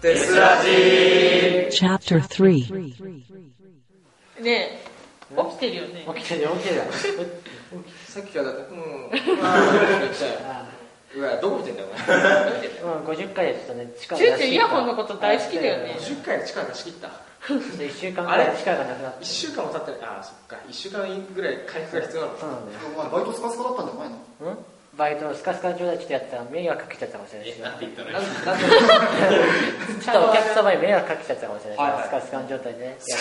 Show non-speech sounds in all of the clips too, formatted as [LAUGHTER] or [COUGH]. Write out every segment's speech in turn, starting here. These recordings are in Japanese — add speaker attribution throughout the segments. Speaker 1: テスラジー
Speaker 2: Chapter 3
Speaker 3: ねえ起きてるよね
Speaker 4: 起きてるよ起きてるよ
Speaker 1: さっきからだって、うん。 [LAUGHS] 言っちゃ
Speaker 4: あ
Speaker 1: ううわ、どこ見てんだよ、お前。どこ見てんだ
Speaker 4: ー
Speaker 1: よ。
Speaker 4: うん50回でちょっとね力
Speaker 3: チューチューイヤホンのこと大好きだよね
Speaker 1: 10回の力が仕切った。
Speaker 4: 1週間ぐら
Speaker 1: あ
Speaker 4: い
Speaker 1: れ
Speaker 4: 力がなくなっ
Speaker 1: 1
Speaker 4: て
Speaker 1: 週間も経ってない。ああ、そっか。1週間ぐらい回復が必要なの。
Speaker 4: そうなんだよ
Speaker 5: お前バイトスカスカだったんじゃないの
Speaker 4: うんバイトスカスカの状態でちょっとやったら迷惑かけちゃったかもしれないし
Speaker 6: え、なんて言ったの
Speaker 1: な
Speaker 6: よ
Speaker 1: ん。なんで
Speaker 4: ちょっとお客様に迷惑かけちゃったかもしれないし、
Speaker 1: はいはい
Speaker 4: スカスカの状態でねやっ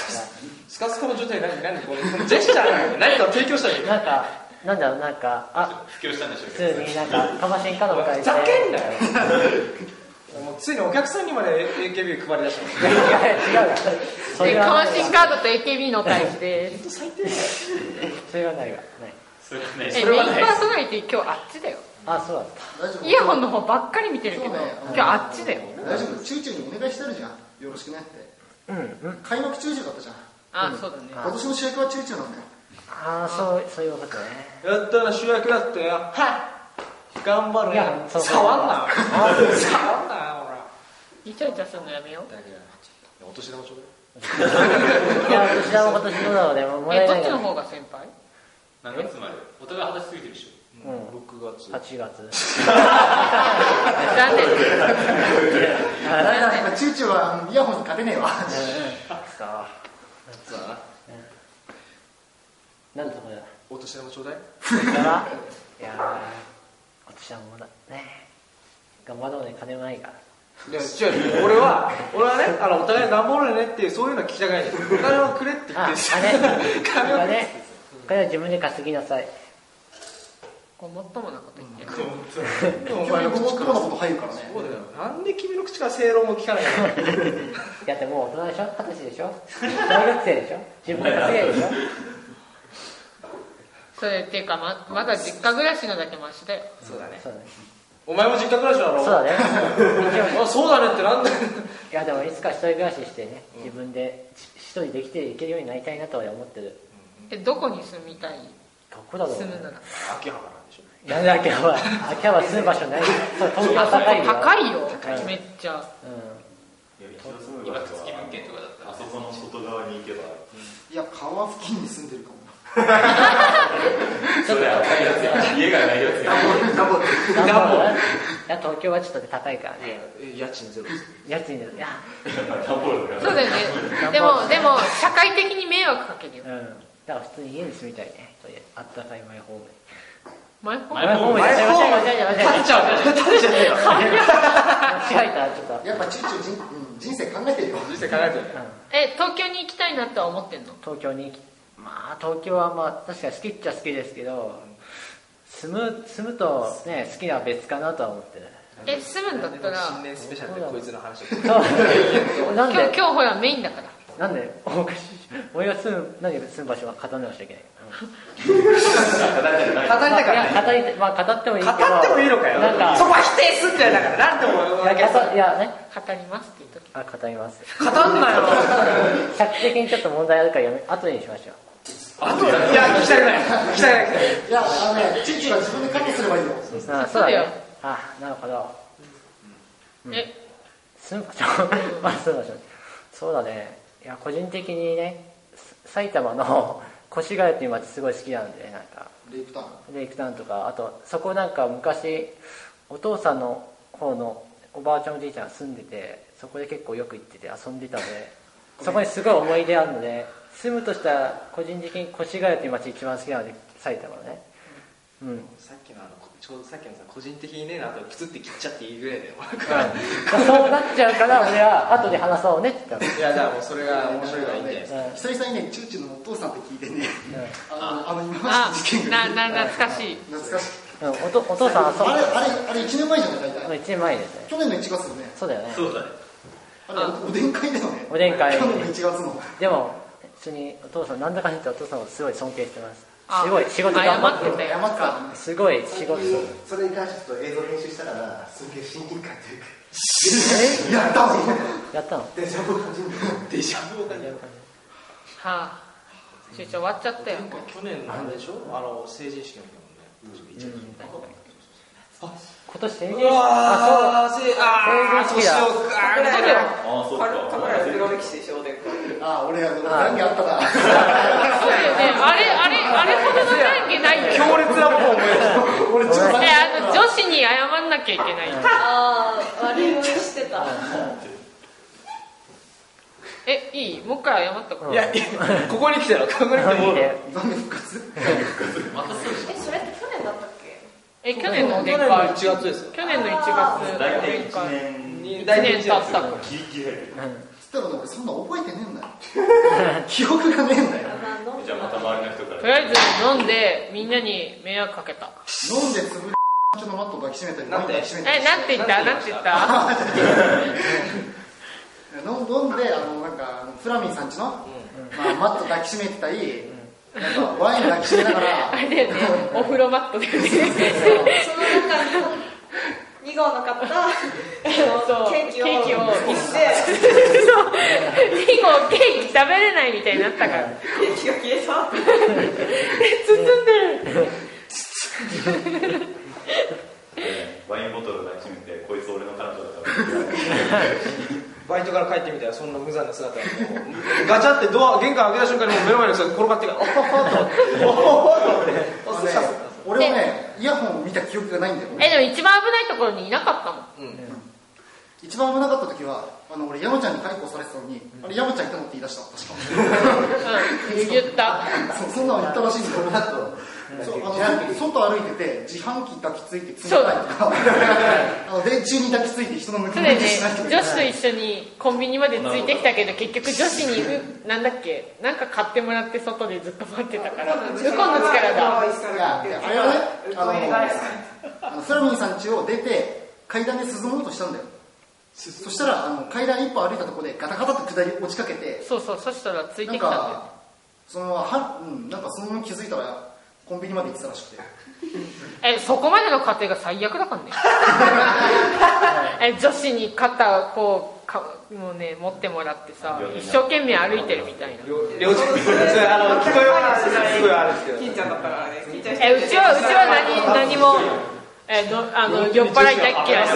Speaker 1: スカスカの状態何何このジェスチャーなの何かを提供したい
Speaker 4: たらなんかなんだろうなんかあ
Speaker 6: 布教したんでしょう
Speaker 4: 普
Speaker 6: けど
Speaker 4: 通になんかかましんかの会
Speaker 1: ふざけんなよもうついにお客さんにまで AKB 配り出したの
Speaker 4: 違う違うそれ
Speaker 3: で
Speaker 4: は
Speaker 3: カ
Speaker 4: な
Speaker 3: ワ
Speaker 4: い
Speaker 3: シンカードと AKB の会議で
Speaker 4: それはないわない
Speaker 6: それはね、
Speaker 3: え
Speaker 6: そ
Speaker 3: メイ
Speaker 6: れ
Speaker 3: ン
Speaker 6: は
Speaker 3: パ
Speaker 6: ないで
Speaker 3: ーソナリティ今日あっちだよ
Speaker 4: あそうだっ
Speaker 5: 大丈夫
Speaker 3: イヤホンの方ばっかり見てるけど
Speaker 5: そうね
Speaker 3: 今日あっちだよ
Speaker 5: 大丈夫チューチューにお願いしてあるじゃんよろしくねって
Speaker 4: たうんうん
Speaker 5: 開幕チューチューだったじゃん
Speaker 3: あそうだね
Speaker 5: 今年の主役はチューチューなんだよ
Speaker 4: ああそうそういうことね
Speaker 1: やったな主役だったよ頑張る
Speaker 4: いや
Speaker 1: よ
Speaker 4: そう
Speaker 1: 触ん [LAUGHS] な触んなよほら
Speaker 3: イチャイチャするのやめよう
Speaker 1: だけどお年玉ちょう
Speaker 4: いや吉田も今年どうだろうねもら
Speaker 3: え
Speaker 4: え
Speaker 3: ど
Speaker 4: な
Speaker 3: っ
Speaker 4: い
Speaker 3: ち
Speaker 4: か
Speaker 3: の
Speaker 4: ら
Speaker 3: 方が先輩
Speaker 6: 何月生まれお互い二十歳過ぎてるでし
Speaker 4: う
Speaker 1: だ
Speaker 4: ん
Speaker 1: い6月
Speaker 4: 8月
Speaker 3: 残念
Speaker 4: [LAUGHS]
Speaker 5: だめだなんかチューチューはあのイヤホンに勝てねえわ
Speaker 4: さあ
Speaker 1: そうだな
Speaker 4: なんともだ
Speaker 1: お年玉ちょうだい
Speaker 4: いやー今年はもうだね頑張ろうね金もないから
Speaker 1: いや違う俺は俺はねあのお互い頑張るねっていうそういうのは聞きたくないんですお金をくれって言っ
Speaker 4: あ
Speaker 1: て
Speaker 4: あ
Speaker 1: るし
Speaker 4: れ
Speaker 1: 金を
Speaker 4: 金ねこれは自分で稼ぎなさい
Speaker 3: ごもっともなこと言ってる
Speaker 1: でもお
Speaker 5: お
Speaker 1: 前
Speaker 5: 前
Speaker 1: の
Speaker 5: の
Speaker 1: 口か
Speaker 5: こと
Speaker 1: ら
Speaker 5: のこと入るからね
Speaker 1: そうだよなんで君の口から正論も聞かないの
Speaker 4: だってもう大人でしょ二十歳でしょ大学生でしょ自分で稼げるでしょ
Speaker 3: それっていうかままだ実家暮らしのだけマシだよ
Speaker 1: そうだね
Speaker 4: そうだね
Speaker 1: お前も実家暮らしだろ
Speaker 4: そうだね
Speaker 1: あそうだねってなんだよ
Speaker 4: いやでもいつか一人暮らししてね自分でち一人できていけるようになりたいなとは思ってる
Speaker 3: えどこに住みたい
Speaker 4: どこだろう
Speaker 3: 住
Speaker 4: ね
Speaker 3: むなら
Speaker 1: 秋葉原でしょ
Speaker 4: なんだ秋葉原秋葉原住む場所ないそう東京
Speaker 3: あ
Speaker 4: は
Speaker 3: そこ
Speaker 4: 高いよ
Speaker 3: 高いよ
Speaker 4: 高い
Speaker 3: めっちゃ
Speaker 4: う
Speaker 6: ょ。いわくつき物件とかだ
Speaker 7: あ
Speaker 6: ったら、
Speaker 7: そこの外側に行けば
Speaker 5: いや川付近に住んでるかも
Speaker 4: んちょ
Speaker 6: そ
Speaker 4: っと
Speaker 6: れ赤いやつや。家がないやつや。
Speaker 4: 頑張ろうねいや東京はちょっとね高いからね
Speaker 1: え家賃ゼロです
Speaker 4: 家賃でいや
Speaker 6: ダンボールだ
Speaker 3: そう
Speaker 6: か
Speaker 3: だ
Speaker 6: ら。
Speaker 3: よねでもでも社会的に迷惑かけるよ
Speaker 4: うんだから普通に家に住みたいねとりあえずあったかいマイホーム
Speaker 3: 前方
Speaker 6: マイホーム
Speaker 4: 間違えた間違えた間違え
Speaker 1: ちゃうね立てちゃうね
Speaker 4: た間違えたちょっと
Speaker 5: やっぱチューチュー人,、うん、人生考えてるよ
Speaker 1: 人生考えてるね
Speaker 3: え東京に行きたいなとは思ってんの
Speaker 4: 東京にまあ東京はまあ確かに好きっちゃ好きですけど住む住むとね好きなは別かなとは思ってる [LAUGHS]
Speaker 3: え住むんだったら
Speaker 1: 新年スペシャルでこいつの話を
Speaker 4: そうなん
Speaker 3: 今日今日
Speaker 4: で
Speaker 3: ほらメインだから
Speaker 4: なんでおかしい俺が住む何住む場所は語らなくちゃいけない
Speaker 1: 語りた
Speaker 6: 形じゃない。
Speaker 1: か
Speaker 4: い
Speaker 1: ら
Speaker 4: や語りたいまあ語ってもいいけ
Speaker 1: 語
Speaker 4: ど
Speaker 1: ってもいいのかよ
Speaker 4: なん
Speaker 1: そ
Speaker 4: か
Speaker 1: こは否定すんじゃだからなんでお前
Speaker 4: いや語いやね
Speaker 3: 語りますっていう時
Speaker 4: あ語
Speaker 1: [LAUGHS]
Speaker 4: ります
Speaker 1: 語んなよ
Speaker 4: 客的にちょっと問題あるからやめ後にしましょう
Speaker 1: いや聞きたくない聞きたくない
Speaker 5: いやあのねチューチューは自分でカットすればいいよ
Speaker 4: うんそうだ
Speaker 3: そうだよ
Speaker 4: ねあなるほど
Speaker 3: え
Speaker 4: 住む場所まあ住む場所そうだねいや個人的にねす埼玉の越谷っていう街すごい好きなんでなんか
Speaker 5: レイプタウン
Speaker 4: レイクタウンとかあとそこなんか昔お父さんの方のおばあちゃんおじいちゃんが住んでてそこで結構よく行ってて遊んでたんでそこにすごい思い出あるので住むとしたら個人的に越谷っていう街一番好きなので埼玉のねうん
Speaker 1: さっきのあのちょうどさっきのさ個人的にねあとプツって切っちゃっていいぐらいだよ
Speaker 4: そうなっちゃうから俺は後で話そうねって言ったの
Speaker 1: いやだからもうそれが面白いからいいんじゃないですか
Speaker 4: うん
Speaker 5: 久々にねチューチューのお父さんって聞いてねあのあの今ま
Speaker 3: あ
Speaker 5: [LAUGHS] での事件が
Speaker 3: なな懐かしい
Speaker 5: 懐かしい
Speaker 4: うん、おとお父さんはそう
Speaker 5: あれあれあれ1年前じゃない大体
Speaker 4: 1年前ですね
Speaker 5: 去年の1月よね
Speaker 4: そうだよね
Speaker 6: そうだね。
Speaker 5: あれおでん会だよね
Speaker 4: おでん会
Speaker 5: 去年の1月の
Speaker 4: でも普通にお父さんなんだかんだ言ってお父さんをすごい尊敬してます
Speaker 3: あ
Speaker 4: すごい仕事頑張って
Speaker 3: 謝ってたよ
Speaker 5: 山川
Speaker 4: すごい仕事
Speaker 7: それに関してちょっと映像編集したからすげえ親近感というか
Speaker 5: やったぞ
Speaker 4: やったの
Speaker 7: デジャブを感じるんだよ
Speaker 1: デジャブを感じる
Speaker 3: はあ出張終わっちゃったよ
Speaker 1: 去年のあれでしょあの成人式の日だもんね
Speaker 4: 今年成人
Speaker 1: う
Speaker 4: 式あ
Speaker 1: わー、せあー、
Speaker 4: 成人式だ
Speaker 1: 年をあーみたいな。
Speaker 6: ああ、そうか。
Speaker 2: ら黒歴史でしょ、でっかい。
Speaker 5: ああ、俺が何あったか。
Speaker 3: そうだよね。あれ、あれ、あれほどの懺悔ないよ。
Speaker 1: 強烈なものを思い出した。
Speaker 5: [LAUGHS] 俺ちょっと
Speaker 3: え、あの、女子に謝んなきゃいけない。
Speaker 2: ああ、悪いしてた。
Speaker 3: え、いいもう一回謝ったから。
Speaker 1: いや、いやここに来たら考えなくて
Speaker 4: ーいい
Speaker 1: も
Speaker 4: ね
Speaker 2: え、それって去年だったっけ
Speaker 3: え、去年の
Speaker 1: 去年
Speaker 3: 年
Speaker 1: の1
Speaker 3: 会。
Speaker 1: 月ですよ。
Speaker 3: 去年の1月
Speaker 6: 大
Speaker 3: の
Speaker 6: 体
Speaker 3: 年
Speaker 6: 1
Speaker 3: 会。
Speaker 6: 年、
Speaker 1: に
Speaker 3: 1
Speaker 1: 大
Speaker 3: 年経
Speaker 1: 体
Speaker 3: っ
Speaker 1: 1月
Speaker 3: たから。
Speaker 6: ギリギリ入る。
Speaker 5: つったら俺そんな覚えてねえんだよ。記憶がねえんだよ。
Speaker 2: あの
Speaker 6: じゃあまた周りの人か
Speaker 3: と
Speaker 6: ら。
Speaker 3: りあえず飲んで、みんなに迷惑かけた。
Speaker 5: 飲んで潰れ、ちょっとマット抱きしめたり、
Speaker 1: なんで
Speaker 5: 抱きしめたり
Speaker 3: え、
Speaker 5: して
Speaker 3: なんて言ったなんて言った
Speaker 2: [LAUGHS]
Speaker 5: 飲ん飲んで、あの、なんか、フラミンさんちの、まあ、マット抱きしめてたり、なんか、ワイン抱きしめながら
Speaker 3: あ、れだよね。お風呂マットだよね。
Speaker 2: その中に、2号の買ったあの
Speaker 3: そう
Speaker 2: ケーキを
Speaker 3: ケーキを
Speaker 2: 飲んで、
Speaker 3: 以後、ケーキ食べれないみたいになった [LAUGHS] から。
Speaker 2: ケーキが消えたって。
Speaker 3: 包んでる。
Speaker 6: ワインボトル抱きしめて、こいつ俺の彼女だか
Speaker 1: バイトから帰ってみたらそんな無残な姿でもうガチャってドア玄関開けた瞬間にもう目の前の人が転がってからおほほと思っておほほと思って
Speaker 5: あの
Speaker 1: お寿司屋さんだっ
Speaker 5: ね俺はね、イヤホンを見た記憶がないんだよ。
Speaker 3: え、でも一番危ないところにいなかったもん。
Speaker 1: たうん
Speaker 5: 一番危なかった時は、あの、俺、山ちゃんに解雇されてたのに、あれ、山ちゃんいたのって言い出した、確
Speaker 3: うん、言った。
Speaker 5: か。そそんなの言ったらしいんだよ。
Speaker 7: マット
Speaker 5: そうあの外歩いてて自販機抱きついて冷
Speaker 3: そう
Speaker 5: たいとかあの電柱に抱きついて人の向き
Speaker 3: そ
Speaker 5: 向
Speaker 3: うだよ
Speaker 5: き
Speaker 3: ね
Speaker 5: しないとか、
Speaker 3: 女子と一緒にコンビニまでついてきたけど結局女子にうなんだっけなんか買ってもらって外でずっと待ってたからウコンの力だ
Speaker 5: いやいやあれはねあのあのフラミンさん家を出て階段で涼もうとしたんだよそしたらあの階段一歩歩いたところでガタガタと下り落ちかけて
Speaker 3: そうそうそしたらつい
Speaker 5: な
Speaker 3: て
Speaker 5: ん
Speaker 3: きたんだよ
Speaker 5: かそのは、うん、なんかそのまま気づいたらコンビニまで行ってたらしくて
Speaker 3: えそこまでの過程が最悪だからねえ女子に肩をこうかもうね持ってもらってさ一生懸命歩いてるみたいな
Speaker 1: 両親それあの聞こえはすごいあるんですけ
Speaker 2: 金ちゃんだったからね、金ちゃん
Speaker 3: えうちはうちは何何もえのあの酔っ払い大っ嫌い
Speaker 6: ら。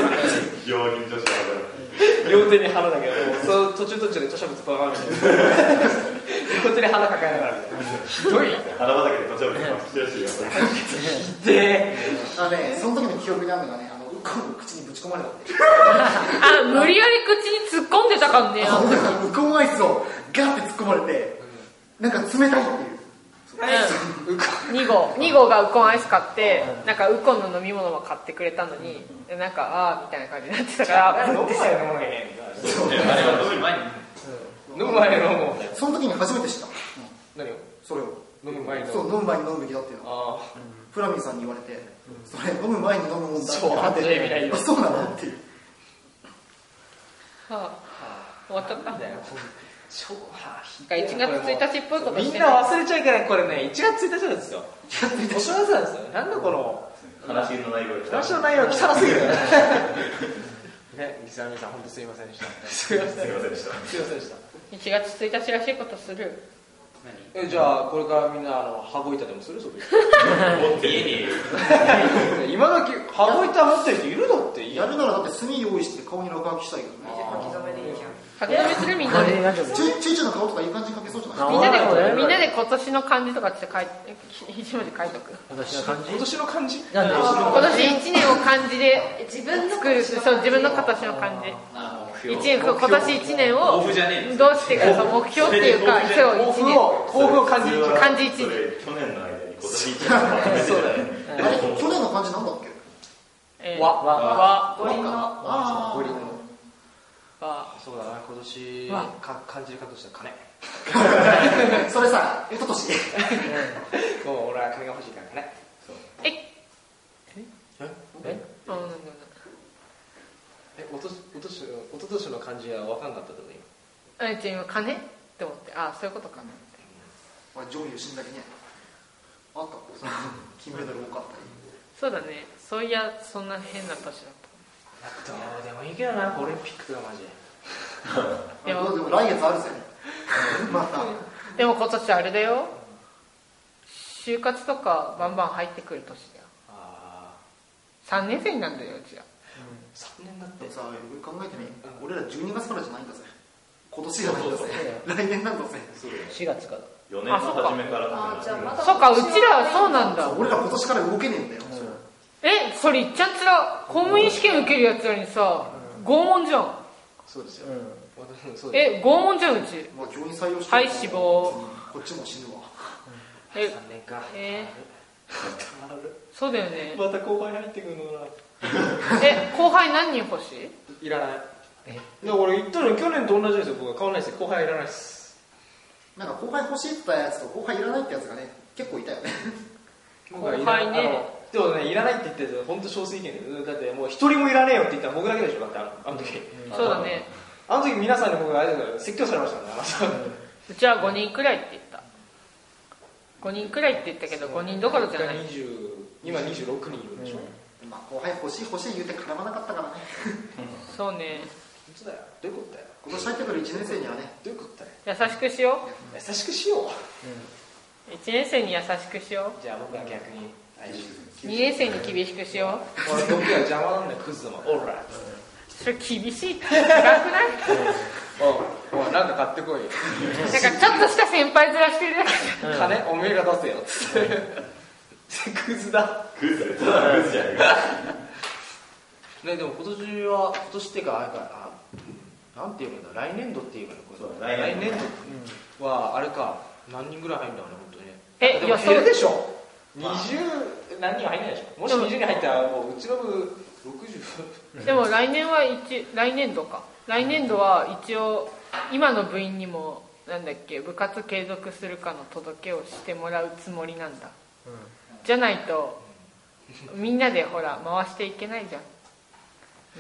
Speaker 6: 病人女子だから。
Speaker 1: ど両手に花だけどもうその途中途中で著者物バカみたいな両手に花抱えながらみたいなひどい
Speaker 6: 花畑で立ち上がってきてるしいよ。
Speaker 1: で
Speaker 5: あのねその時の記憶にあるのがねあのウコンを口にぶち込まれたって
Speaker 3: あ無理やり口に突っ込んでたからねあの時
Speaker 5: ウコンアイスをガッて突っ込まれてなんか冷たいっていう
Speaker 3: 2号2号がウコンアイス買ってなんかウコンの飲み物も買ってくれたのになんかああみたいな感じになってたから
Speaker 1: 飲む前飲まなきゃいけ
Speaker 6: あれはどういう前に
Speaker 1: ない飲む前に飲もう
Speaker 5: その時に初めて知った
Speaker 1: 何を
Speaker 5: それを
Speaker 1: 飲む前に飲
Speaker 5: そう
Speaker 1: もう
Speaker 5: 飲む前に飲むべきだっていうのは
Speaker 1: ああ
Speaker 5: フラミンさんに言われて、それ飲む前に飲むもんだって
Speaker 1: そう
Speaker 5: なっ
Speaker 1: あ
Speaker 5: て
Speaker 1: んた意味ないよ
Speaker 5: あそうなのっていう
Speaker 3: はあ終わっちゃった
Speaker 1: だよ超はひどい
Speaker 3: 1月1日っぽいこと
Speaker 1: み
Speaker 3: して
Speaker 1: ん
Speaker 3: る
Speaker 1: な忘れちゃいけないこれね1月1日なんですよお正月なんですよなんだこの
Speaker 6: 話の内容で
Speaker 1: 話の内容汚すぎる [LAUGHS] ねリスナーの皆さん本当すいませんでしたすいません
Speaker 6: すいませんでした。
Speaker 1: すいませんでした
Speaker 3: 1月1日らしいことする
Speaker 1: えじゃあこれからみんなあの羽子板でもするそうです
Speaker 6: 持って家に
Speaker 1: [LAUGHS] 今時羽子板持ってる人いるだってい
Speaker 5: やるならだって炭用意して顔に落書きしたいけどね
Speaker 2: 書き留めでいいじゃん。
Speaker 3: 書き留めするみんな
Speaker 4: これ
Speaker 3: で
Speaker 4: なんでも
Speaker 5: チュチューチューの顔とかいい感じに描けそうじゃない
Speaker 3: みんなで
Speaker 4: あー
Speaker 3: みんなで今年の漢字とかって書いて肘まで書いとく
Speaker 4: 私の感
Speaker 1: 今
Speaker 4: じ
Speaker 1: 年の漢字
Speaker 4: なんで
Speaker 3: 今年1年を漢字で
Speaker 2: 自分の
Speaker 3: 作るそう自分の形の漢字一年今年1年
Speaker 6: 抱
Speaker 3: を
Speaker 6: 負じゃねえ
Speaker 3: どうしてかそう目標っていうかそう
Speaker 1: 抱
Speaker 3: 一
Speaker 1: 負
Speaker 3: 年
Speaker 1: を抱負を漢字に
Speaker 3: 漢字一字
Speaker 6: それ去年の間に今年一年まとめて
Speaker 1: そうだよ
Speaker 5: あれ去年の感じなんだっけ
Speaker 3: えー
Speaker 1: わ
Speaker 4: わ
Speaker 3: わ
Speaker 2: 五輪の
Speaker 5: ああ
Speaker 1: 五輪の
Speaker 3: わ
Speaker 1: そうだな今年
Speaker 3: わ
Speaker 1: か漢字で書くとしたら
Speaker 5: それさ一昨 [LAUGHS] 年
Speaker 1: 金もう俺は金が欲しいから金
Speaker 3: ええうんうん
Speaker 4: え
Speaker 3: うん
Speaker 1: えおとしおとしおととしの漢字は分かんなかったと思う今
Speaker 3: えじゃあ今金って思ってああそういうことかな
Speaker 5: 俺上位死んだけねあったその金メダル多かったり
Speaker 3: そうだねそういやそんな変な年だっ
Speaker 1: どうでもいいけどなオリンピックとかマジ
Speaker 5: あでもでも来月あるぜ [LAUGHS] また
Speaker 3: たでも今年あれだよ就活とかバンバン入ってくる年だよ
Speaker 1: あ
Speaker 3: 3年生になるんだようちは
Speaker 1: 3年だって
Speaker 5: でもさ、よく考えてみ、
Speaker 1: う
Speaker 5: 俺ら12月からじゃないんだぜ。今年じゃないんだぜ
Speaker 6: そうそう。
Speaker 5: 来年なんだぜ。
Speaker 4: 4月から
Speaker 6: 4年の初めから
Speaker 2: あーじゃあまだ
Speaker 3: そっかうちらはそうなんだ
Speaker 5: 俺ら今年から動けねえんだよ。
Speaker 3: えそれ言っちゃつら公務員試験受けるやつらにさ拷問じゃん
Speaker 5: そうですよ。
Speaker 1: 私そうです
Speaker 3: え拷問じゃんうち
Speaker 5: まあ、教員採用して
Speaker 3: はい死亡
Speaker 5: こっちも死ぬわ。
Speaker 3: え
Speaker 1: 3年か
Speaker 3: えそうだよね
Speaker 1: また後輩入ってくるのかな
Speaker 3: え後輩何人欲しい
Speaker 1: いらないえで俺言ったの去年と同じですよ僕は変わらないですよ後輩いらないです
Speaker 5: なんか後輩欲しいって言ったやつと後輩いらないってやつがね、結構いたよね。 [LAUGHS]
Speaker 1: 僕はいらない
Speaker 3: 後輩ね
Speaker 1: あのでもねいらないって言ってる本当少数意見でだってもう一人もいらねえよって言ったら僕だけでしょだってあのあの時
Speaker 3: そうだね
Speaker 1: あの時皆さんに僕があれだから説教されましたからねあの
Speaker 3: うちは5人くらいって言った5人くらいって言ったけど5人どころじゃない
Speaker 1: 20今26人いるんでしょ、
Speaker 5: まあ、後輩欲しい欲しい言うて絡まなかったからね。
Speaker 3: そうね
Speaker 1: 本当だよどういうことだよ
Speaker 5: 今年入ってくる1年生にはね、
Speaker 1: どういうことだよ
Speaker 3: 優しくしよ
Speaker 1: 優しくしよう
Speaker 3: う1年生に優しくしよ
Speaker 1: じゃあ僕は逆に愛して
Speaker 3: う2年生に厳しくしよう
Speaker 1: 俺僕は邪魔なんだよクズどもオーラ
Speaker 3: それ厳しいって
Speaker 1: [LAUGHS]
Speaker 3: 辛くない
Speaker 1: おいおいなんか買ってこいよ
Speaker 3: なんかちょっとした先輩面してるだけ
Speaker 1: 金おめえが出せよつってクズだ
Speaker 6: クズただクズじゃない
Speaker 1: ねでも今年は今年っていうかあれかななんていうのだ来年度っていうかねこれ
Speaker 6: そう来年度
Speaker 1: 来度はあれか何人ぐらい入るんだろうね本当にね
Speaker 3: え
Speaker 1: で
Speaker 3: 予
Speaker 1: も
Speaker 3: 想
Speaker 1: 減るでしょ20何人は入んないでしょもし20人入ったらもううちの部60
Speaker 3: でも来年は一来年度か来年度は一応今の部員にもなんだっけ部活継続するかの届けをしてもらうつもりなんだ、じゃないとみんなでほら回していけないじゃん、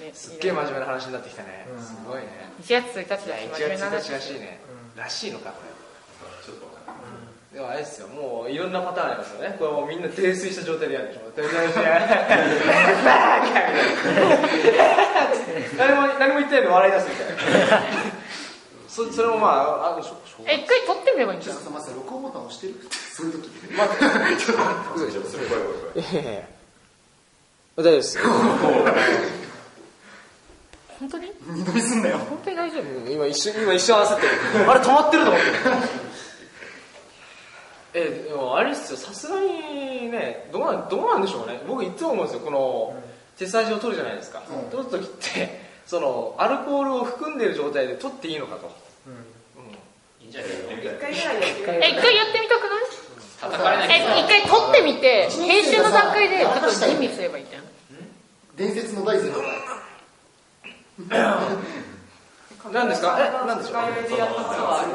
Speaker 3: ね、
Speaker 1: すっげえ真面目な話になってきたねすごいね
Speaker 3: 1月1日だ
Speaker 1: 1
Speaker 3: 真面目
Speaker 1: 月
Speaker 3: な
Speaker 1: 1日
Speaker 3: 話
Speaker 1: らしいねらしいのかこれ
Speaker 6: ちょっとわかんない
Speaker 1: でもあれですよ、もういろんなパターンありますよね。これもうみんな泥酔した状態で [LAUGHS] やるでしょ。泥酔して、バーカ何も、何も言ってないの笑い出すみたいな。そそれもまあ、あの、しょ、しょうが
Speaker 3: え一回撮ってみればいいん
Speaker 5: ち
Speaker 3: じ
Speaker 5: ょ
Speaker 3: ゃ
Speaker 5: っ
Speaker 3: ん
Speaker 5: と待って、録音ボタン押してる [LAUGHS] そういう時。
Speaker 6: 嘘でしょすごいすごいすごい
Speaker 1: 大丈夫です。
Speaker 3: 本当に
Speaker 5: [LAUGHS] 二度見すんなよ。
Speaker 3: 本当に大丈夫
Speaker 1: 今一瞬、今一瞬焦ってる。あれ止まってると思ってる。え、でもあれですよ、さすがにね、どうなん、どうなんでしょうね。僕いつも思うんですよ、この、手スタジオを取るじゃないですか。取るときって、その、アルコールを含んでる状態で取っていいのかと。
Speaker 6: いいんじゃないやってみたい
Speaker 2: 回ぐらいやって
Speaker 3: え一回やってみたく
Speaker 6: 叩かれない
Speaker 3: ないえ一回撮ってみて編集の段階でちょっと吟味すればいいじゃん
Speaker 5: [LAUGHS] 伝説の大ゼロ。
Speaker 1: 何ですかえ何でしょう
Speaker 2: 二回でやったことはある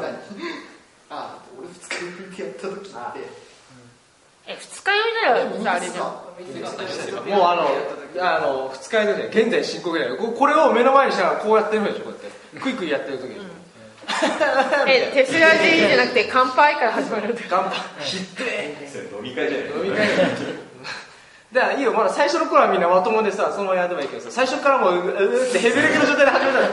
Speaker 5: あ、俺二日酔いでやった時って。
Speaker 3: え二日酔いならさあれじゃん
Speaker 1: もうあの、あの、二日酔いの時現在進行ぐらい。ここれを目の前にしたらこうやってるのでしょ、こうやって。クイクイやってる時でしょ。 [LAUGHS]
Speaker 3: え、手すらじじゃなくて乾杯から始まるんだよ
Speaker 1: 頑張っ、ひってー
Speaker 6: それ飲み会じゃない
Speaker 1: 飲み会だよだからいいよまだ最初の頃はみんなまともでさそのままやればいいけどさ最初からもううううってヘベレケの状態で始めたら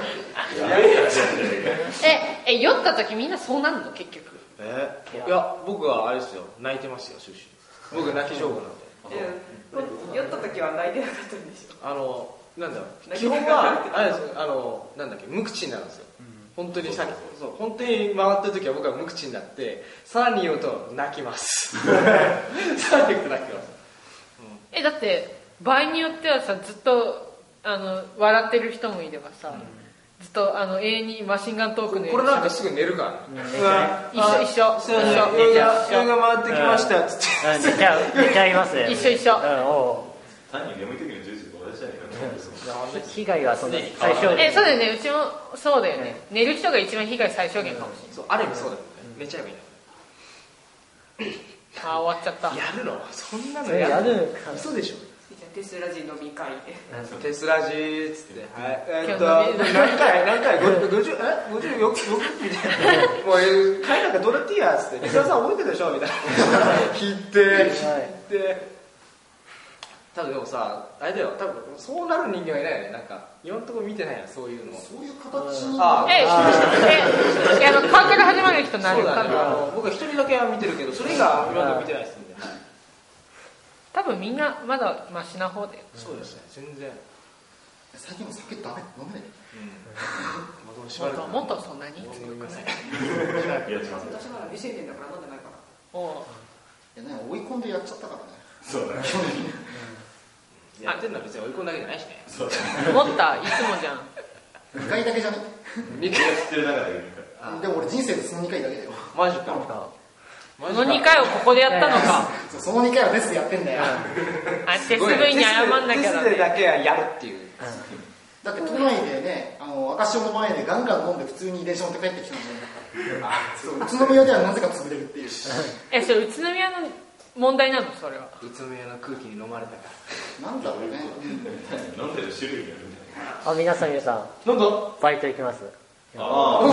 Speaker 3: え、え、酔った時みんなそうなるの結局。
Speaker 1: えいや僕はあれですよ泣いてますよ終始僕泣き勝負なんで
Speaker 2: 酔った時は泣いてなかったんでしょ
Speaker 1: あのなんだろう
Speaker 2: 泣
Speaker 1: 基
Speaker 2: き
Speaker 1: 本
Speaker 2: 勝負
Speaker 1: はあれですよあのなんだっけ無口になるんですよ本当にさそう本当に回ってる時は僕は無口になってさらに言うと泣きます
Speaker 3: [LAUGHS]
Speaker 1: さらに言うと泣きます
Speaker 3: え、だって、場合によってはさ、ずっと、あの、笑ってる人もいればさ、ずっと、あの、永遠にマシンガントークのよう
Speaker 1: こ
Speaker 3: に
Speaker 1: れなんかすぐ寝るからねうわ
Speaker 3: 一緒一緒
Speaker 1: そうそう
Speaker 3: 一緒
Speaker 1: 映
Speaker 3: 一
Speaker 1: 画
Speaker 3: 緒
Speaker 1: 映画回ってきましたよつって
Speaker 4: うん寝ちゃう寝ちゃいますね
Speaker 3: 一緒一緒
Speaker 4: うんお
Speaker 6: 単に眠い時のジュースと同じじゃないかな
Speaker 4: う被害はそんな最小
Speaker 3: え、
Speaker 4: 限
Speaker 3: そうだよね、うちもそうだよね。寝る人が一番被害最小限かもしれ
Speaker 1: そうある意味そうだよね寝ちゃえばいいの
Speaker 3: ない。あ、終わっちゃった。
Speaker 1: やるのそんな
Speaker 4: そ
Speaker 1: の
Speaker 4: れ
Speaker 1: や
Speaker 4: や
Speaker 1: る
Speaker 4: るか
Speaker 1: 嘘でしょ
Speaker 2: じゃあテスラジ飲み会で
Speaker 1: テスラジーっつってはいえーっと
Speaker 3: 今日飲み
Speaker 1: 何回何回ご50え五十よくよくみたいなもうえー帰りなんかどれっていいやつってテスラさん覚えてるでしょみたいな引いて引いて多分でもさあれだよ多分そうなる人間はいないよねなんか今のところ見てないよそういうの
Speaker 5: そういう形に。
Speaker 1: あ
Speaker 3: え、え、え、あの、勘から始まる人な
Speaker 1: そ
Speaker 3: る
Speaker 1: うだ
Speaker 3: か
Speaker 1: ねあの僕は一人だけは見てるけどそれ以外は今のところ見てないですんで
Speaker 3: 多分みんなまだマシな方だよ
Speaker 1: そうですね全然
Speaker 5: 最近も酒ダメ飲めない
Speaker 1: もうしば
Speaker 3: も
Speaker 1: らく
Speaker 3: ともとそんなに
Speaker 1: 強くない
Speaker 6: いや、します
Speaker 2: 私まだ未成年だから飲んでないから
Speaker 3: おう
Speaker 5: いやね追い込んでやっちゃったからね
Speaker 6: そうだね。
Speaker 1: やってんのは別に追い込んだわけじゃないしね
Speaker 6: そうだね。
Speaker 3: 思ったいつもじゃん
Speaker 5: 2回だけじゃね
Speaker 1: 2
Speaker 6: 知ってる中でいいか
Speaker 5: でも俺人生でその2回だけだよ
Speaker 1: マジ
Speaker 4: なん
Speaker 1: か
Speaker 4: か
Speaker 1: マ
Speaker 3: こ
Speaker 1: ジ
Speaker 3: の
Speaker 1: か
Speaker 3: 2回をここでやったのか
Speaker 5: そうその2回は別でやってんだよ
Speaker 3: あ鉄部に謝んなき
Speaker 1: テ
Speaker 3: ゃだ
Speaker 1: スト
Speaker 3: ね
Speaker 1: だけはやるっていう
Speaker 5: だって都内でねあの赤潮の前でガンガン飲んで普通に電車乗って帰ってきたんだよそう宇都宮ではなぜか潰れるっていう
Speaker 3: えそれ宇都宮の問題なのそれは
Speaker 1: 宇都宮の空気に飲まれたか
Speaker 5: なんだろうね
Speaker 6: ら。飲んでる種類によるんじゃな
Speaker 4: あ
Speaker 6: い
Speaker 4: 皆さん皆さん
Speaker 1: らなんだ
Speaker 4: バイト行きます
Speaker 6: ああ。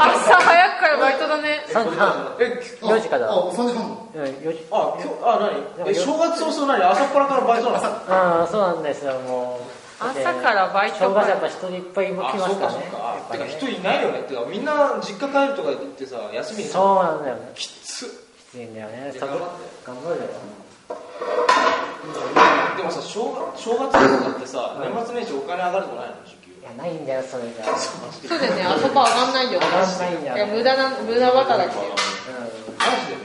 Speaker 3: 朝早くからバイトだね
Speaker 4: 3時半
Speaker 1: え
Speaker 4: 4時から
Speaker 5: ああ3時半も
Speaker 4: うん4時
Speaker 1: あ今日あ
Speaker 4: でも
Speaker 1: 何え正月早々何朝っぱらからバイトなの
Speaker 4: ああそうなんですよもう
Speaker 3: 朝からバイト
Speaker 4: 正月やっぱ人いっぱい来ま
Speaker 1: あ
Speaker 4: す
Speaker 1: そう
Speaker 4: か
Speaker 1: からそう
Speaker 4: ね
Speaker 1: か
Speaker 4: やっ
Speaker 1: あて
Speaker 4: ぱ
Speaker 1: か
Speaker 4: ね
Speaker 1: 人いないよねてかみんな実家帰るとか言ってさ休みに
Speaker 4: そうなんだよね
Speaker 1: きつ
Speaker 4: きついんだよね
Speaker 1: いや
Speaker 4: そこ
Speaker 1: 頑張って
Speaker 4: 頑張るよ
Speaker 1: でもさ正月正月とかってさ年末年始お金上がるとないの時給
Speaker 4: いやないんだよそれじゃ
Speaker 3: そうだよねあそこ上がんないよ
Speaker 4: 上がんないんだよね
Speaker 3: や無駄な無駄働きだよ
Speaker 4: う
Speaker 1: マジでね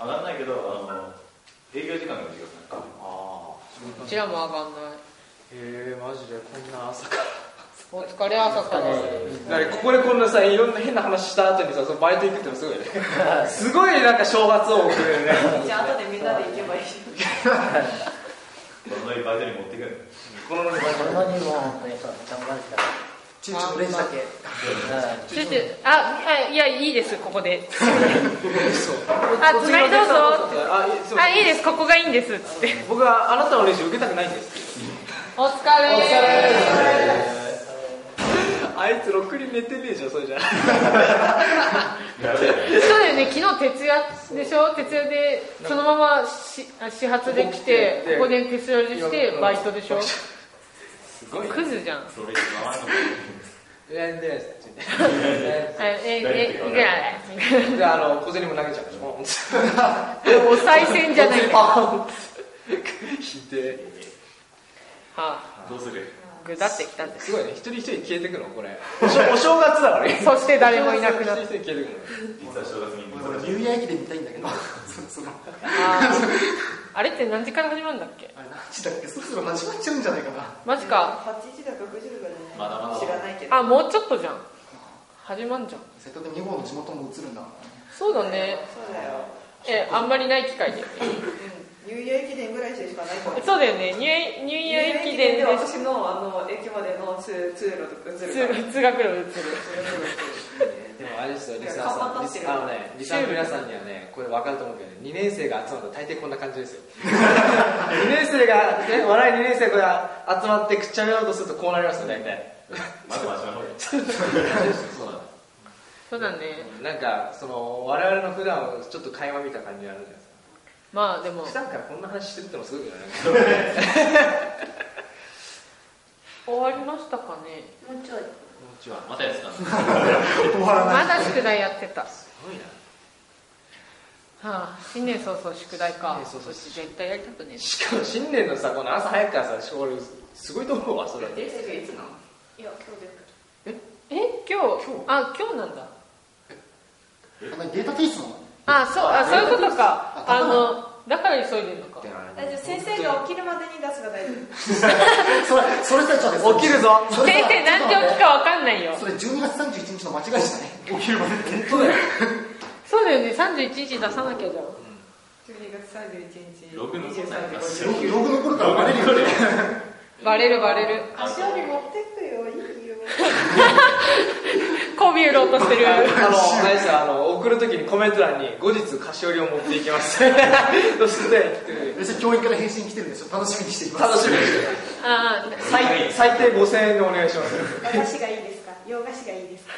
Speaker 6: 上がんないけど、あの、営業時間が短くなる。
Speaker 1: あ
Speaker 3: うちらも上がんない
Speaker 1: へえマジでこんな朝から
Speaker 3: お疲れ朝から
Speaker 1: だからここでこんなさいろんな変な話した後にさそのバイト行くってのすごいねすごいなんか正月を送れるね
Speaker 2: じゃあ後でみんなで行けばいい
Speaker 6: このノリバイトに持ってくる。
Speaker 1: このノリバイ
Speaker 4: んこのにも本当にそう頑張るし
Speaker 5: 中中レジだけ
Speaker 4: かない
Speaker 3: ちょっとああいやいいですここで
Speaker 1: そう
Speaker 3: あつまりどうぞ
Speaker 1: あいすいま
Speaker 3: あ
Speaker 1: せん
Speaker 3: いいですここがいいんですっつって
Speaker 1: 僕はあなたの練習受けたくないんです
Speaker 3: お疲れ
Speaker 1: あいつろくに寝てねえじゃんそれじゃ
Speaker 6: やべえ。
Speaker 3: そうだよね昨日徹夜でしょ徹夜でそのまましあ始発で来て
Speaker 1: こ
Speaker 3: こ
Speaker 1: こ
Speaker 3: こ
Speaker 1: 来
Speaker 3: で徹夜でしてバイトでしょ
Speaker 1: すごい
Speaker 3: クズじゃん
Speaker 6: それ一番
Speaker 1: えで
Speaker 3: えええいくらだ
Speaker 1: であの小銭も投げちゃうでしょ
Speaker 3: お賽銭じ
Speaker 1: [LAUGHS]
Speaker 3: ゃないんだは
Speaker 1: 引いて
Speaker 3: あ
Speaker 6: どうする
Speaker 3: ぐだってきたんです
Speaker 1: すごいね一人一人消えてくのこれお正お正月だからね
Speaker 3: そして誰もいなくなっ
Speaker 1: 一人一人消えてくの
Speaker 6: 実は正月に
Speaker 5: 俺
Speaker 6: 難
Speaker 5: ニ
Speaker 6: しい
Speaker 5: ューイヤー駅伝見たいんだけどそうそう
Speaker 3: たあーあれって何時から始まるんだっけ
Speaker 5: あれ何時だっけそろそろ始まっちゃうんじゃないかな
Speaker 3: マジか
Speaker 2: 8時だか9時だかじゃない
Speaker 6: まだまだ
Speaker 2: 知らないけど
Speaker 3: あもうちょっとじゃん始まんじゃん
Speaker 5: 瀬戸で2号の地元も映るんだもんね
Speaker 3: そうだね
Speaker 2: そうだよ
Speaker 3: えあんまりない機会だよね
Speaker 2: ニューイヤー駅伝ぐらいしかないから
Speaker 3: そうだよねニューニューイヤー駅伝
Speaker 2: で
Speaker 3: で
Speaker 2: 私のあの駅までの通通路とかずる
Speaker 3: 通通学路映る
Speaker 1: でもあれですよ、リスナ
Speaker 2: 看板
Speaker 1: ー
Speaker 2: 立って
Speaker 1: さ
Speaker 2: る
Speaker 1: ん、あのね、リスナーの皆さんにはね、これ分かると思うけど、2年生が集まると大抵こんな感じです [LAUGHS] よ。2年生が、ね、笑い2年生が集まってくっちゃべようとするとこうなりますよ、大体。
Speaker 6: まずマシな方がいい。
Speaker 1: そうなの
Speaker 3: そうだね
Speaker 1: なんか、その、我々の普段をちょっと会話見た感じがあるじゃないですか。
Speaker 3: まあでも
Speaker 1: 普段からこんな話してるってのもすごいよね。
Speaker 3: 終わりましたかね
Speaker 2: もうちょい
Speaker 1: こんにちは。
Speaker 6: またやってたんです
Speaker 3: まだ宿題やってたは
Speaker 1: すごいな。
Speaker 3: あ新年早々宿題か
Speaker 1: 新年早々
Speaker 3: うち絶対やりたくねえ
Speaker 1: しかも新年のさ、この朝早くからさ、俺、すごいと思うわ、それ。
Speaker 2: デスがいつなのいや今日で
Speaker 3: え今日あ今日なんだ
Speaker 5: あのデータ提出なの
Speaker 3: あそうあそういうことか
Speaker 5: あ
Speaker 3: あのだから急いでるのか
Speaker 2: あじゃあ先生が起きるまでに出すが大丈
Speaker 5: それそれさちょっと待
Speaker 1: 起
Speaker 5: って
Speaker 1: きるぞ
Speaker 5: それ
Speaker 3: 先
Speaker 5: さ
Speaker 3: 生何時起きかわかんないよ
Speaker 5: それ12月31日の間違いじゃない起きるまでっ
Speaker 1: 本
Speaker 5: て
Speaker 1: 当だよ。
Speaker 3: そうだよね31日出さなきゃじゃん
Speaker 2: 夫12月31日
Speaker 6: ログの
Speaker 2: 23時
Speaker 6: 答えが
Speaker 2: 50
Speaker 5: ログログの頃からバレるよね
Speaker 3: バレるバレる
Speaker 2: 足折り持ってくよいいよ [LAUGHS]
Speaker 3: 媚び売ろうとしてる
Speaker 1: あの、あれですよあの、送るときにコメント欄に、後日菓子折りを持っていきます。そして、
Speaker 5: 別に教員から返信来てるでしょ楽しみにしています
Speaker 1: 楽しみにしてる
Speaker 3: あー
Speaker 1: 最最低5000円でお願いします。
Speaker 2: 私がいいですか洋菓子がいいですか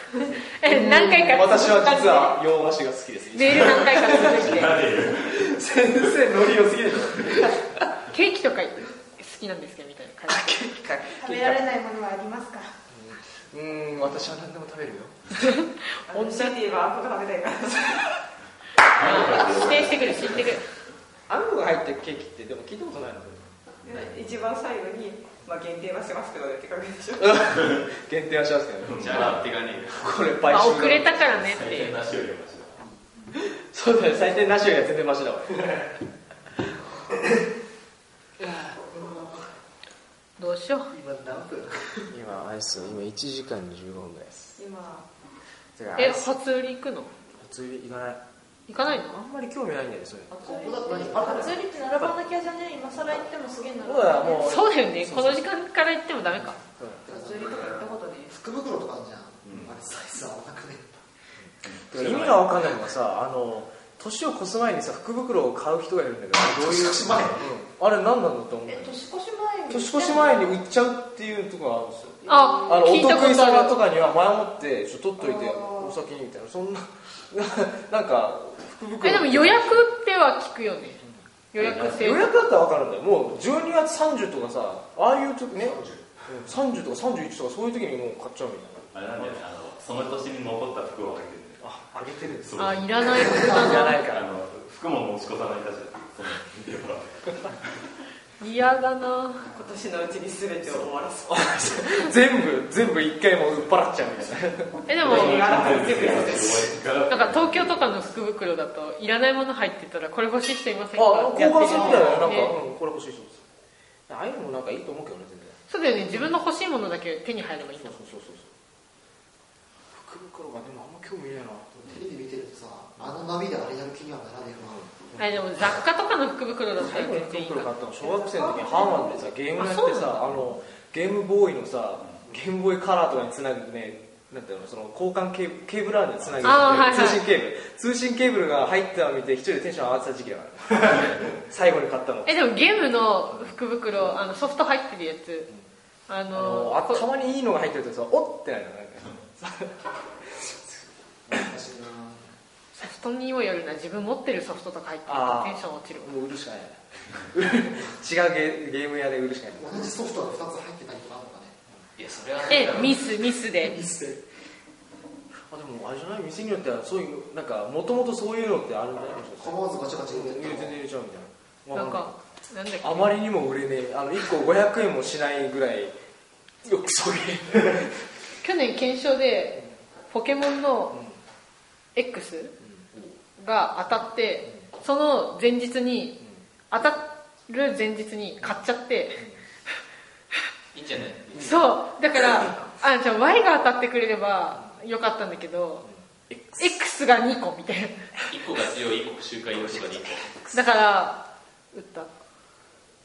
Speaker 3: え何回か
Speaker 1: 私は実は洋菓子が好きです。
Speaker 3: メール何回か続いて
Speaker 6: なんで言う
Speaker 1: 先生、ノリ良すぎでしょ。
Speaker 3: ケーキとか好きなんですけどみたいな感じ
Speaker 1: ケーキか。
Speaker 2: 食べられないものはありますか
Speaker 1: うーん、私は何でも食べるよ。
Speaker 2: オンシャティはアホが食べたいから
Speaker 3: 指定してくる指定してくる
Speaker 8: あんこが入ったケーキってでも聞いたことないので
Speaker 2: 一番最後に、まあ、限定はしてますけどねって書くでしょ
Speaker 8: 限定はしますけど
Speaker 6: じゃあ手がねえ
Speaker 8: これ
Speaker 3: ま
Speaker 8: 買
Speaker 3: あ、
Speaker 8: 収
Speaker 3: 遅れたからねっていう
Speaker 6: なしよりはマシだ
Speaker 8: そうだね採点なしよりは全然マシだわ
Speaker 3: どうしよう
Speaker 5: 今何分
Speaker 1: 今あれっすね今1時間15分ぐらいです
Speaker 2: 今
Speaker 1: てかあれ
Speaker 3: え
Speaker 1: っす
Speaker 3: 初売り行くの
Speaker 1: 初売り行かない
Speaker 3: 行かないの
Speaker 1: あんまり興味ないんだよねそれ
Speaker 5: ここだったら
Speaker 9: 初売りって並ばなきゃじゃね今更行ってもすげえ並
Speaker 1: 僕は
Speaker 9: ば
Speaker 1: もう
Speaker 3: そうだよねこの時間から行ってもダメか
Speaker 2: 釣りとか行ったことね
Speaker 5: 福袋とかあるじゃん、あれサイズ合わなくね
Speaker 1: てか意味が分かんないのがさあの年を越す前にさ福袋を買う人がいるんだけどあれどういう
Speaker 5: 年越し前
Speaker 1: うんあれ何なんだと思う
Speaker 9: え年越し前に
Speaker 1: 年越し前に売っちゃうっていうとこがあるんですよ
Speaker 3: あ
Speaker 1: あのお
Speaker 3: 聞いた
Speaker 1: 得意
Speaker 3: ことあ
Speaker 1: 様
Speaker 3: る
Speaker 1: とかには前もってちょっと取っといてお先にみたいなそんな [LAUGHS] なんか福袋
Speaker 3: えでも予約っては聞くよね予約制
Speaker 1: 予約だったら分かるんだよもう12月30とかさああいう時ねうん30とか31とかそういう時にもう買っちゃうみたいな
Speaker 6: あれなんだよねあのその年に残った服をあげてる
Speaker 1: ああげてる
Speaker 6: そう
Speaker 3: あいらない服だ
Speaker 1: じゃ
Speaker 3: な
Speaker 1: ないか
Speaker 6: あ
Speaker 1: ら
Speaker 6: の服も持ち越さないたちだそのビデオは
Speaker 3: 嫌だな
Speaker 2: 今年のうちに全てを終わらす
Speaker 1: 全部全部一回もう売っ払っちゃうみたいな
Speaker 3: えでもなんか東京とかの福袋だといらないもの入ってたらこれ欲しい人いませんか
Speaker 1: あ
Speaker 3: ってや
Speaker 1: 交
Speaker 3: って
Speaker 1: 換
Speaker 3: る
Speaker 1: す
Speaker 3: じゃ
Speaker 1: る
Speaker 3: なんい
Speaker 1: だよなんか、
Speaker 3: ね
Speaker 1: うん、これ欲しいそうですああいうのもなんかいいと思うけどね全然
Speaker 3: そうだよね自分の欲しいものだけ手に入ればいいんだ
Speaker 1: そう
Speaker 3: もん
Speaker 1: そうそうそう福袋がでもあんま興味ないな
Speaker 5: テレビ見てるとさあの波であれやる気にはならねえな、
Speaker 3: あでも雑貨とかの福袋だった
Speaker 1: 最
Speaker 3: ら
Speaker 1: 後に
Speaker 3: 全
Speaker 1: 福
Speaker 3: 然いいか
Speaker 1: 袋買
Speaker 3: ら
Speaker 1: ったの小学生の時にハーマンでさゲームやって
Speaker 3: あそうな
Speaker 1: さあのゲームボーイのさゲームボーイカラーとかにつなぐねなんていうのその交換ケーブルケーブルあるんでつなげて、
Speaker 3: あーはいはい
Speaker 1: 通信ケーブル通信ケーブルが入ったのを見て一人でテンション上がってた時期だから最後に買ったの
Speaker 3: えでもゲームの福袋あのソフト入ってるやつあ
Speaker 1: あの
Speaker 3: の
Speaker 1: あ
Speaker 3: こ
Speaker 1: たまにいいのが入ってるとさおっってなるのなんか
Speaker 5: 難しいな
Speaker 3: ソフトにもよるな自分持ってるソフトとか入ってる
Speaker 1: あ
Speaker 3: と
Speaker 1: ー
Speaker 3: テンション落ちる
Speaker 1: もう売るしかない [LAUGHS] な違うゲーゲーム屋で売るしかない
Speaker 5: 同じソフトが2つ入ってたりとかあるのかね
Speaker 1: いやそれは
Speaker 3: えミスミスで
Speaker 1: あでもあれじゃない店によってはそういうなんかもともとそういうのってあるんじゃないですか
Speaker 5: 構わずガチャガチャ入れてる
Speaker 1: 全然入れちゃうみたいな
Speaker 3: なんかなんだっけ
Speaker 1: あまりにも売れねえあの1個500円もしないぐらいよくそげ
Speaker 3: 去年検証でポケモンの X が当たってその前日に当たる前日に買っちゃって
Speaker 1: いいんじゃない
Speaker 3: そうだからあじゃあ Y が当たってくれればよかったんだけど X が2個みたいな
Speaker 6: 1個が強い1個周回用紙が2個
Speaker 3: だから売った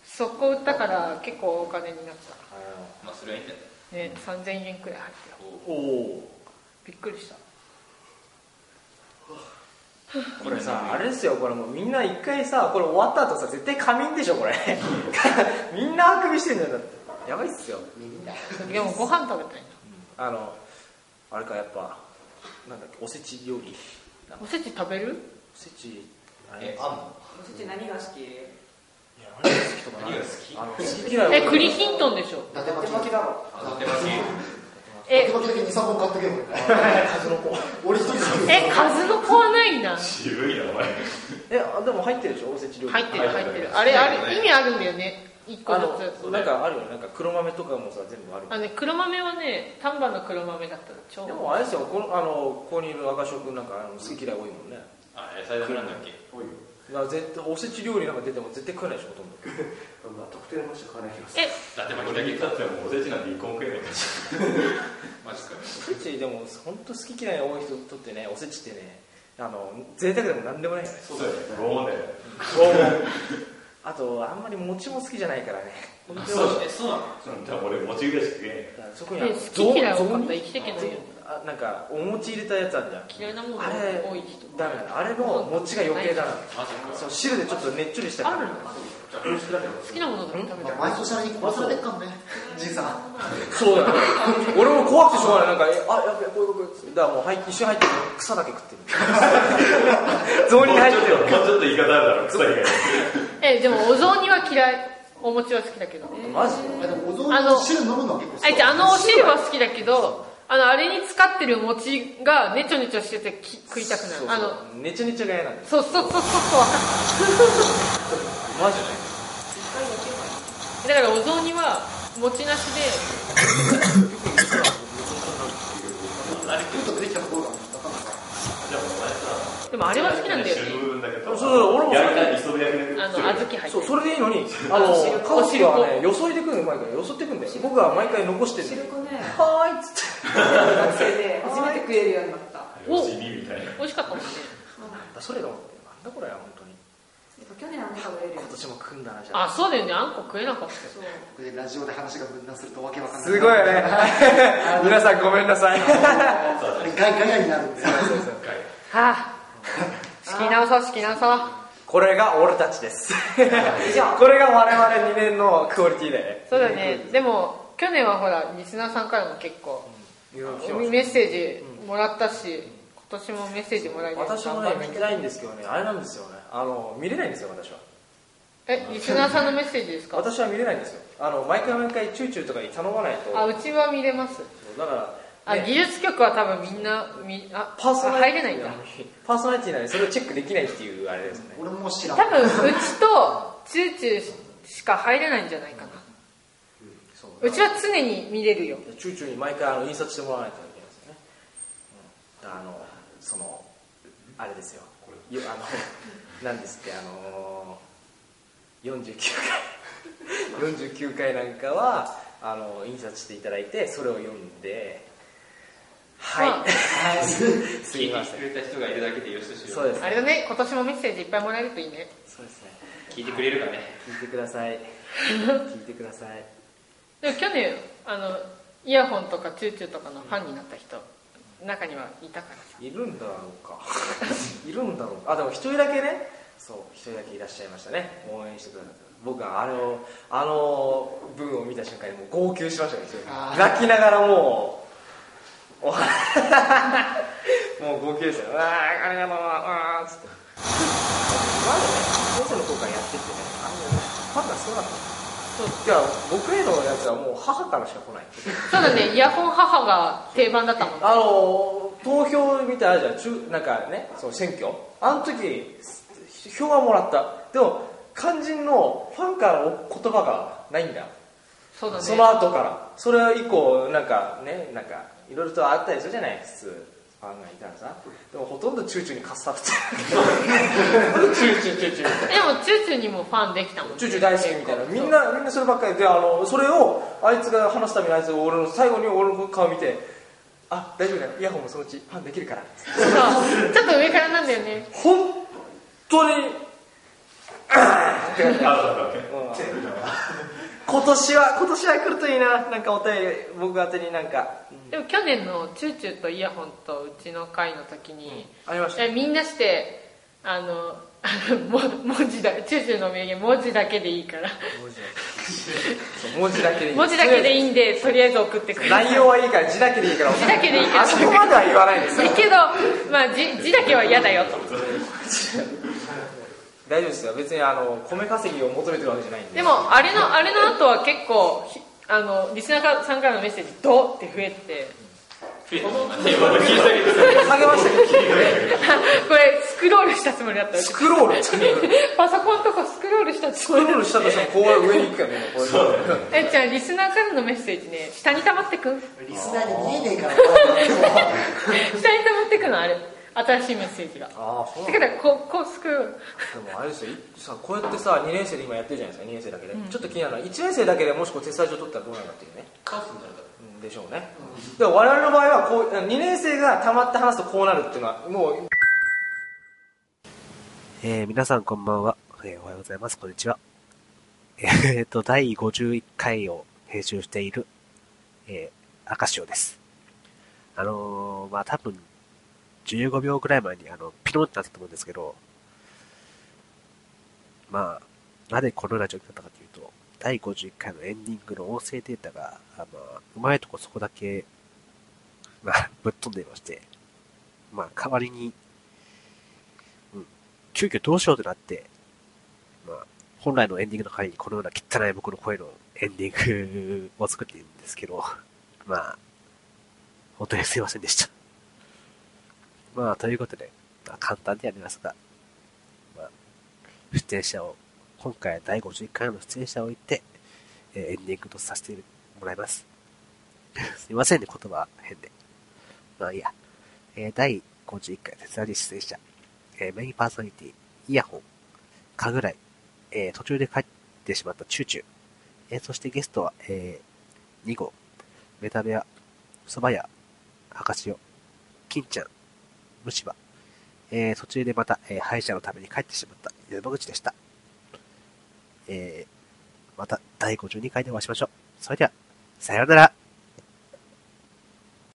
Speaker 3: そこ売ったから結構お金になった
Speaker 6: まあそれはいいんだよ
Speaker 3: ね3000円くらい入って
Speaker 1: [LAUGHS]
Speaker 3: た
Speaker 1: おお
Speaker 3: びっくりした
Speaker 1: これさあれですよこれもうみんな一回さこれ終わった後さ絶対仮眠でしょこれ [LAUGHS] みんなあくびしてんじゃんだってやばいっすよ
Speaker 3: でもご飯食べたい
Speaker 1: あのあれかやっぱなんだっけおせち料理
Speaker 3: なおせち食べる
Speaker 1: おせちあれ
Speaker 6: え
Speaker 1: あ
Speaker 2: おせち何が好き
Speaker 1: いや何が好きとかない
Speaker 6: 何が好
Speaker 1: き好き嫌いは
Speaker 3: え栗ヒントンでしょ
Speaker 5: 伊達巻
Speaker 2: 手
Speaker 5: き
Speaker 2: 巻きだろ
Speaker 6: あ当てます
Speaker 5: 伊
Speaker 3: え
Speaker 5: 達巻きだけ23本買ってけよ
Speaker 1: 数の子
Speaker 5: 俺一人だけ
Speaker 3: え数の子はないな
Speaker 6: 渋いなお前
Speaker 1: えあでも入ってるでしょおせち料理
Speaker 3: 入ってる入ってるあれあれ意味あるんだよね一個
Speaker 1: あ
Speaker 3: ず
Speaker 1: の
Speaker 3: つ
Speaker 1: なんかあるよねなんか黒豆とかもさ全部ある
Speaker 3: あのね黒豆はね丹波の黒豆だったら超
Speaker 1: でもあれですよこのあのここにいる赤翔くんなんかあの好き嫌い多いもんね
Speaker 6: あ野菜だけなんだっけ
Speaker 1: だから絶対おせち料理なんか出ても絶対食えないでしょほとんど
Speaker 10: まあ、特定の話は変わらないけど
Speaker 3: え
Speaker 6: だって巻きだけ買ってもおせちなんて一個も食えないからマジか
Speaker 1: おせちでも本当好き嫌い多い人にとってねおせちってねあの贅沢でもなんでもないよね
Speaker 6: そうだよね拷問だよね
Speaker 1: あとあんまり餅も好きじゃないからね
Speaker 6: そうえそうなのじゃあ俺餅ぐらいしか食え
Speaker 1: だからそこにあ
Speaker 3: ね
Speaker 1: の
Speaker 3: 好き嫌い
Speaker 1: 雑
Speaker 3: 多かっ
Speaker 1: 雑
Speaker 3: たら生きていけないよ
Speaker 1: あなんかお餅入れたやつあるじゃん
Speaker 3: 嫌いなものが
Speaker 1: あれ
Speaker 3: 多い人
Speaker 1: ダメなのあれの餅が余計だなそう汁でちょっとねっちょりした
Speaker 3: あ
Speaker 1: 感
Speaker 3: る
Speaker 1: じ
Speaker 3: のか好きなものだけ食べた
Speaker 5: ど毎年あれに殺されてっかんねじいさん
Speaker 1: そうだよ、ね、俺も怖くてしょうがないなんかえあやべえこういうことだからもう入って一緒に入って草だけ [LAUGHS] 食ってる雑
Speaker 6: ね
Speaker 1: 煮に入ってる
Speaker 6: もうちょっともうちょっと言い方あるだろ草以外
Speaker 3: えでもお雑煮は嫌いお餅は好きだけど
Speaker 1: マジ
Speaker 5: あでもお雑
Speaker 3: あ
Speaker 5: 煮
Speaker 3: の
Speaker 5: の汁飲むのは結構好き
Speaker 3: あじゃああのお汁は好きだけどあのあれに使ってる餅がネチョネチョしててき食いたくなるあの
Speaker 1: ねちゃねちゃが嫌なんです
Speaker 3: そうそうそうそうそう
Speaker 1: マジで
Speaker 3: だからお雑煮は持ちなしで
Speaker 5: ルートでできたところが分かんない
Speaker 6: じゃあもうお前さ
Speaker 3: でもあれは好きなんだよね
Speaker 6: 死ぬ部分だけど
Speaker 1: そうそう俺も
Speaker 6: やりたい磯辺焼き
Speaker 3: あ
Speaker 6: だ
Speaker 3: の小豆入っ
Speaker 6: けど
Speaker 3: てる
Speaker 1: そうそれでいいのにあの
Speaker 3: お
Speaker 1: カシ
Speaker 3: 汁粉
Speaker 1: はねよそいでくるのうまいからよそってくんだよ僕は毎回残してる
Speaker 2: 汁粉ね [LAUGHS]
Speaker 11: はーいっつって
Speaker 2: 学生で初めて食えるようになったやっ
Speaker 3: お
Speaker 6: よしみたいな
Speaker 3: 美味しかったもんね
Speaker 1: それが思ってなんだこれは本当に
Speaker 2: ぱ去年あんた食べれるよ
Speaker 1: 今年も食うんだなじゃあ
Speaker 3: あそうだよねあんこ食えなかったよ
Speaker 2: そう
Speaker 5: これでラジオで話が分断するとわけわかんない
Speaker 1: すごいよ [LAUGHS] ね皆さんごめんな [LAUGHS] さい
Speaker 5: あれガヤガヤになるんですよ
Speaker 3: はあ仕切り直そう仕切り直そう
Speaker 1: これが俺たちです
Speaker 2: 以上
Speaker 1: これが我々2年のクオリティだよね
Speaker 3: そうだねでも去年はほらリスナーさんからも結構
Speaker 1: いろいろ来てま
Speaker 3: メッセージもらったし今年もメッセージもらいました
Speaker 1: す私もね見てないんですけどねあれなんですよねあの見れないんですよ私は
Speaker 3: えリスナーさんのメッセージですか
Speaker 1: 私は見れないんですよあの毎回毎回チューチューとかに頼まないと
Speaker 3: あうちは見れます
Speaker 1: だか
Speaker 3: あ
Speaker 1: ら、ね
Speaker 3: 技術局は多分みんなみあ
Speaker 1: パーソナリティ
Speaker 3: 入れないんだ
Speaker 1: パーソナリティなんでそれをチェックできないっていうあれですね
Speaker 5: 俺も知ら
Speaker 3: 多
Speaker 5: ん
Speaker 3: 分うちとチューチューしか入れないんじゃないかな
Speaker 1: そう
Speaker 3: うちは常に見れるよ
Speaker 1: チューチューに毎回あの印刷してもらわないといけないですよね、うんだからあのそのあれですよよあの [LAUGHS] 何ですってあの49回49回なんかはあの印刷していただいてそれを読んではい、
Speaker 3: まあ
Speaker 1: [LAUGHS] すいません
Speaker 6: 聞いてくれた人がいるだけでよしとしよ
Speaker 1: [LAUGHS] そうです
Speaker 3: あれだね今年もメッセージいっぱいもらえるといいね
Speaker 1: そうですね
Speaker 6: 聞いてくれるかね
Speaker 1: 聞いてくださ [LAUGHS] い聞いてください
Speaker 3: でも去年あのイヤホンとかチューチューとかのファンになった人中にはいたからさ
Speaker 1: いるんだろうか [LAUGHS] いるんだろうかあでも一人だけねそう一人だけいらっしゃいましたね応援してくださった僕はあのあの文を見た瞬間にもう号泣しましたね一人
Speaker 5: あー
Speaker 1: 泣きながらもうお [LAUGHS] もう号泣ですようわーありがとうわーっつってまずね先生の効果やってってねあのファンが少なかったそうじゃあ僕へのやつはもう母からしか来ない
Speaker 3: そうだねイヤホン母が定番だったもんね
Speaker 1: あの投票みたいなのあるじゃん中なんかねその選挙あの時票はもらったでも肝心のファンからの言葉がないんだ
Speaker 3: そうだ
Speaker 1: その
Speaker 3: ね
Speaker 1: 後からそれ以降なんかねなんかいろいろとあったりするじゃない普通ファンがいたらさでもほとんどチューチューにかっさ [LAUGHS] ってチューチューチューチュー
Speaker 3: でもチューチューにもファンできたもんね
Speaker 1: チューチュー大好きみたいなみんなみんなそればっかりであのそれをあいつが話すためにあいつが俺の最後に俺の顔見てあ大丈夫だよイヤホンもそのうちファンできるから
Speaker 3: [LAUGHS] そうちょっと上からなんだよね
Speaker 1: 本当に
Speaker 6: あそうだね
Speaker 1: 今年は今年は来るといいななんかお便り僕宛てになんか、
Speaker 3: でも去年のチューチューとイヤホンとうちの会の時に、
Speaker 1: ありました
Speaker 3: えみんなしてあのあのも文字だチューチューの名言文字だけでいいから
Speaker 1: そう文字だけでいい
Speaker 3: 文字だけでいいんでとりあえず送ってください
Speaker 1: 内容はいいから字だけでいいから
Speaker 3: 字だけでいいから
Speaker 1: あそこまでは言わないです
Speaker 3: いいけど、まあ、字字だけは嫌だよと
Speaker 1: 大丈夫ですよ別にあの米稼ぎを求めてるわけじゃないんで
Speaker 3: でもあれのあれの後は結構ひあのリスナーさんからのメッセージドーって増えて [LAUGHS]
Speaker 1: 下げましたけど
Speaker 3: これスクロールしたつもりだったうち
Speaker 1: スクロールスク
Speaker 3: パソコンとかスクロールしたつも
Speaker 1: ロ
Speaker 3: りだ
Speaker 1: ー
Speaker 3: っ
Speaker 1: ルしたとしてもこう上に行くからねこういう
Speaker 3: たえっちゃんリスナーからのメッセージね下に溜まってくん
Speaker 5: リスナーに見えねえから
Speaker 3: 下に溜まってくのあれ新しいメッセージがだ
Speaker 1: ああそう
Speaker 3: からこうこうスクロール
Speaker 1: でもあれですよいさこうやってさ2年生で今やってるじゃないですか2年生だけで、ちょっと気になるのは1年生だけでもしこう手伝い状取ったらどうなるかっていうねうんでしょうね、でも我々の場合はこう2年生がたまって話すとこうなるっていうのはもう
Speaker 12: えー皆さんこんばんは、えーおはようございます。こんにちは。 [LAUGHS] えーっと、第51回を編集している、えー、赤潮です。あのーまあ、多分、15秒くらい前に、あの、ピロンってなったと思うんですけど、まあ、なぜこのラジオになったかというと、第51回のエンディングの音声データが、あまあ、うまいとこそこだけ、まあ、ぶっ飛んでいまして、まあ、代わりに、急遽どうしようってなって、まあ、本来のエンディングの回にこのような汚い僕の声のエンディングを作っているんですけど、まあ、本当にすいませんでした。まあ、ということで、まあ、簡単ではありますが、まあ、出演者を今回は第51回の出演者を置いて、えーエンディングとさせてもらいます。すいませんね、言葉変で。まあいいや。えー第51回鉄ラジ出演者、えーメインパーソナリティ、イヤホン、かぐらい、えー途中で帰ってしまったチューチュー、えーそしてゲストは、えー、2号、メタベア、そば屋、博士よ、金ちゃん、虫歯、えー途中でまた、えー歯医者のために帰ってしまった山口でした。えーまた第52回でお会いしましょう。それでは、さようなら。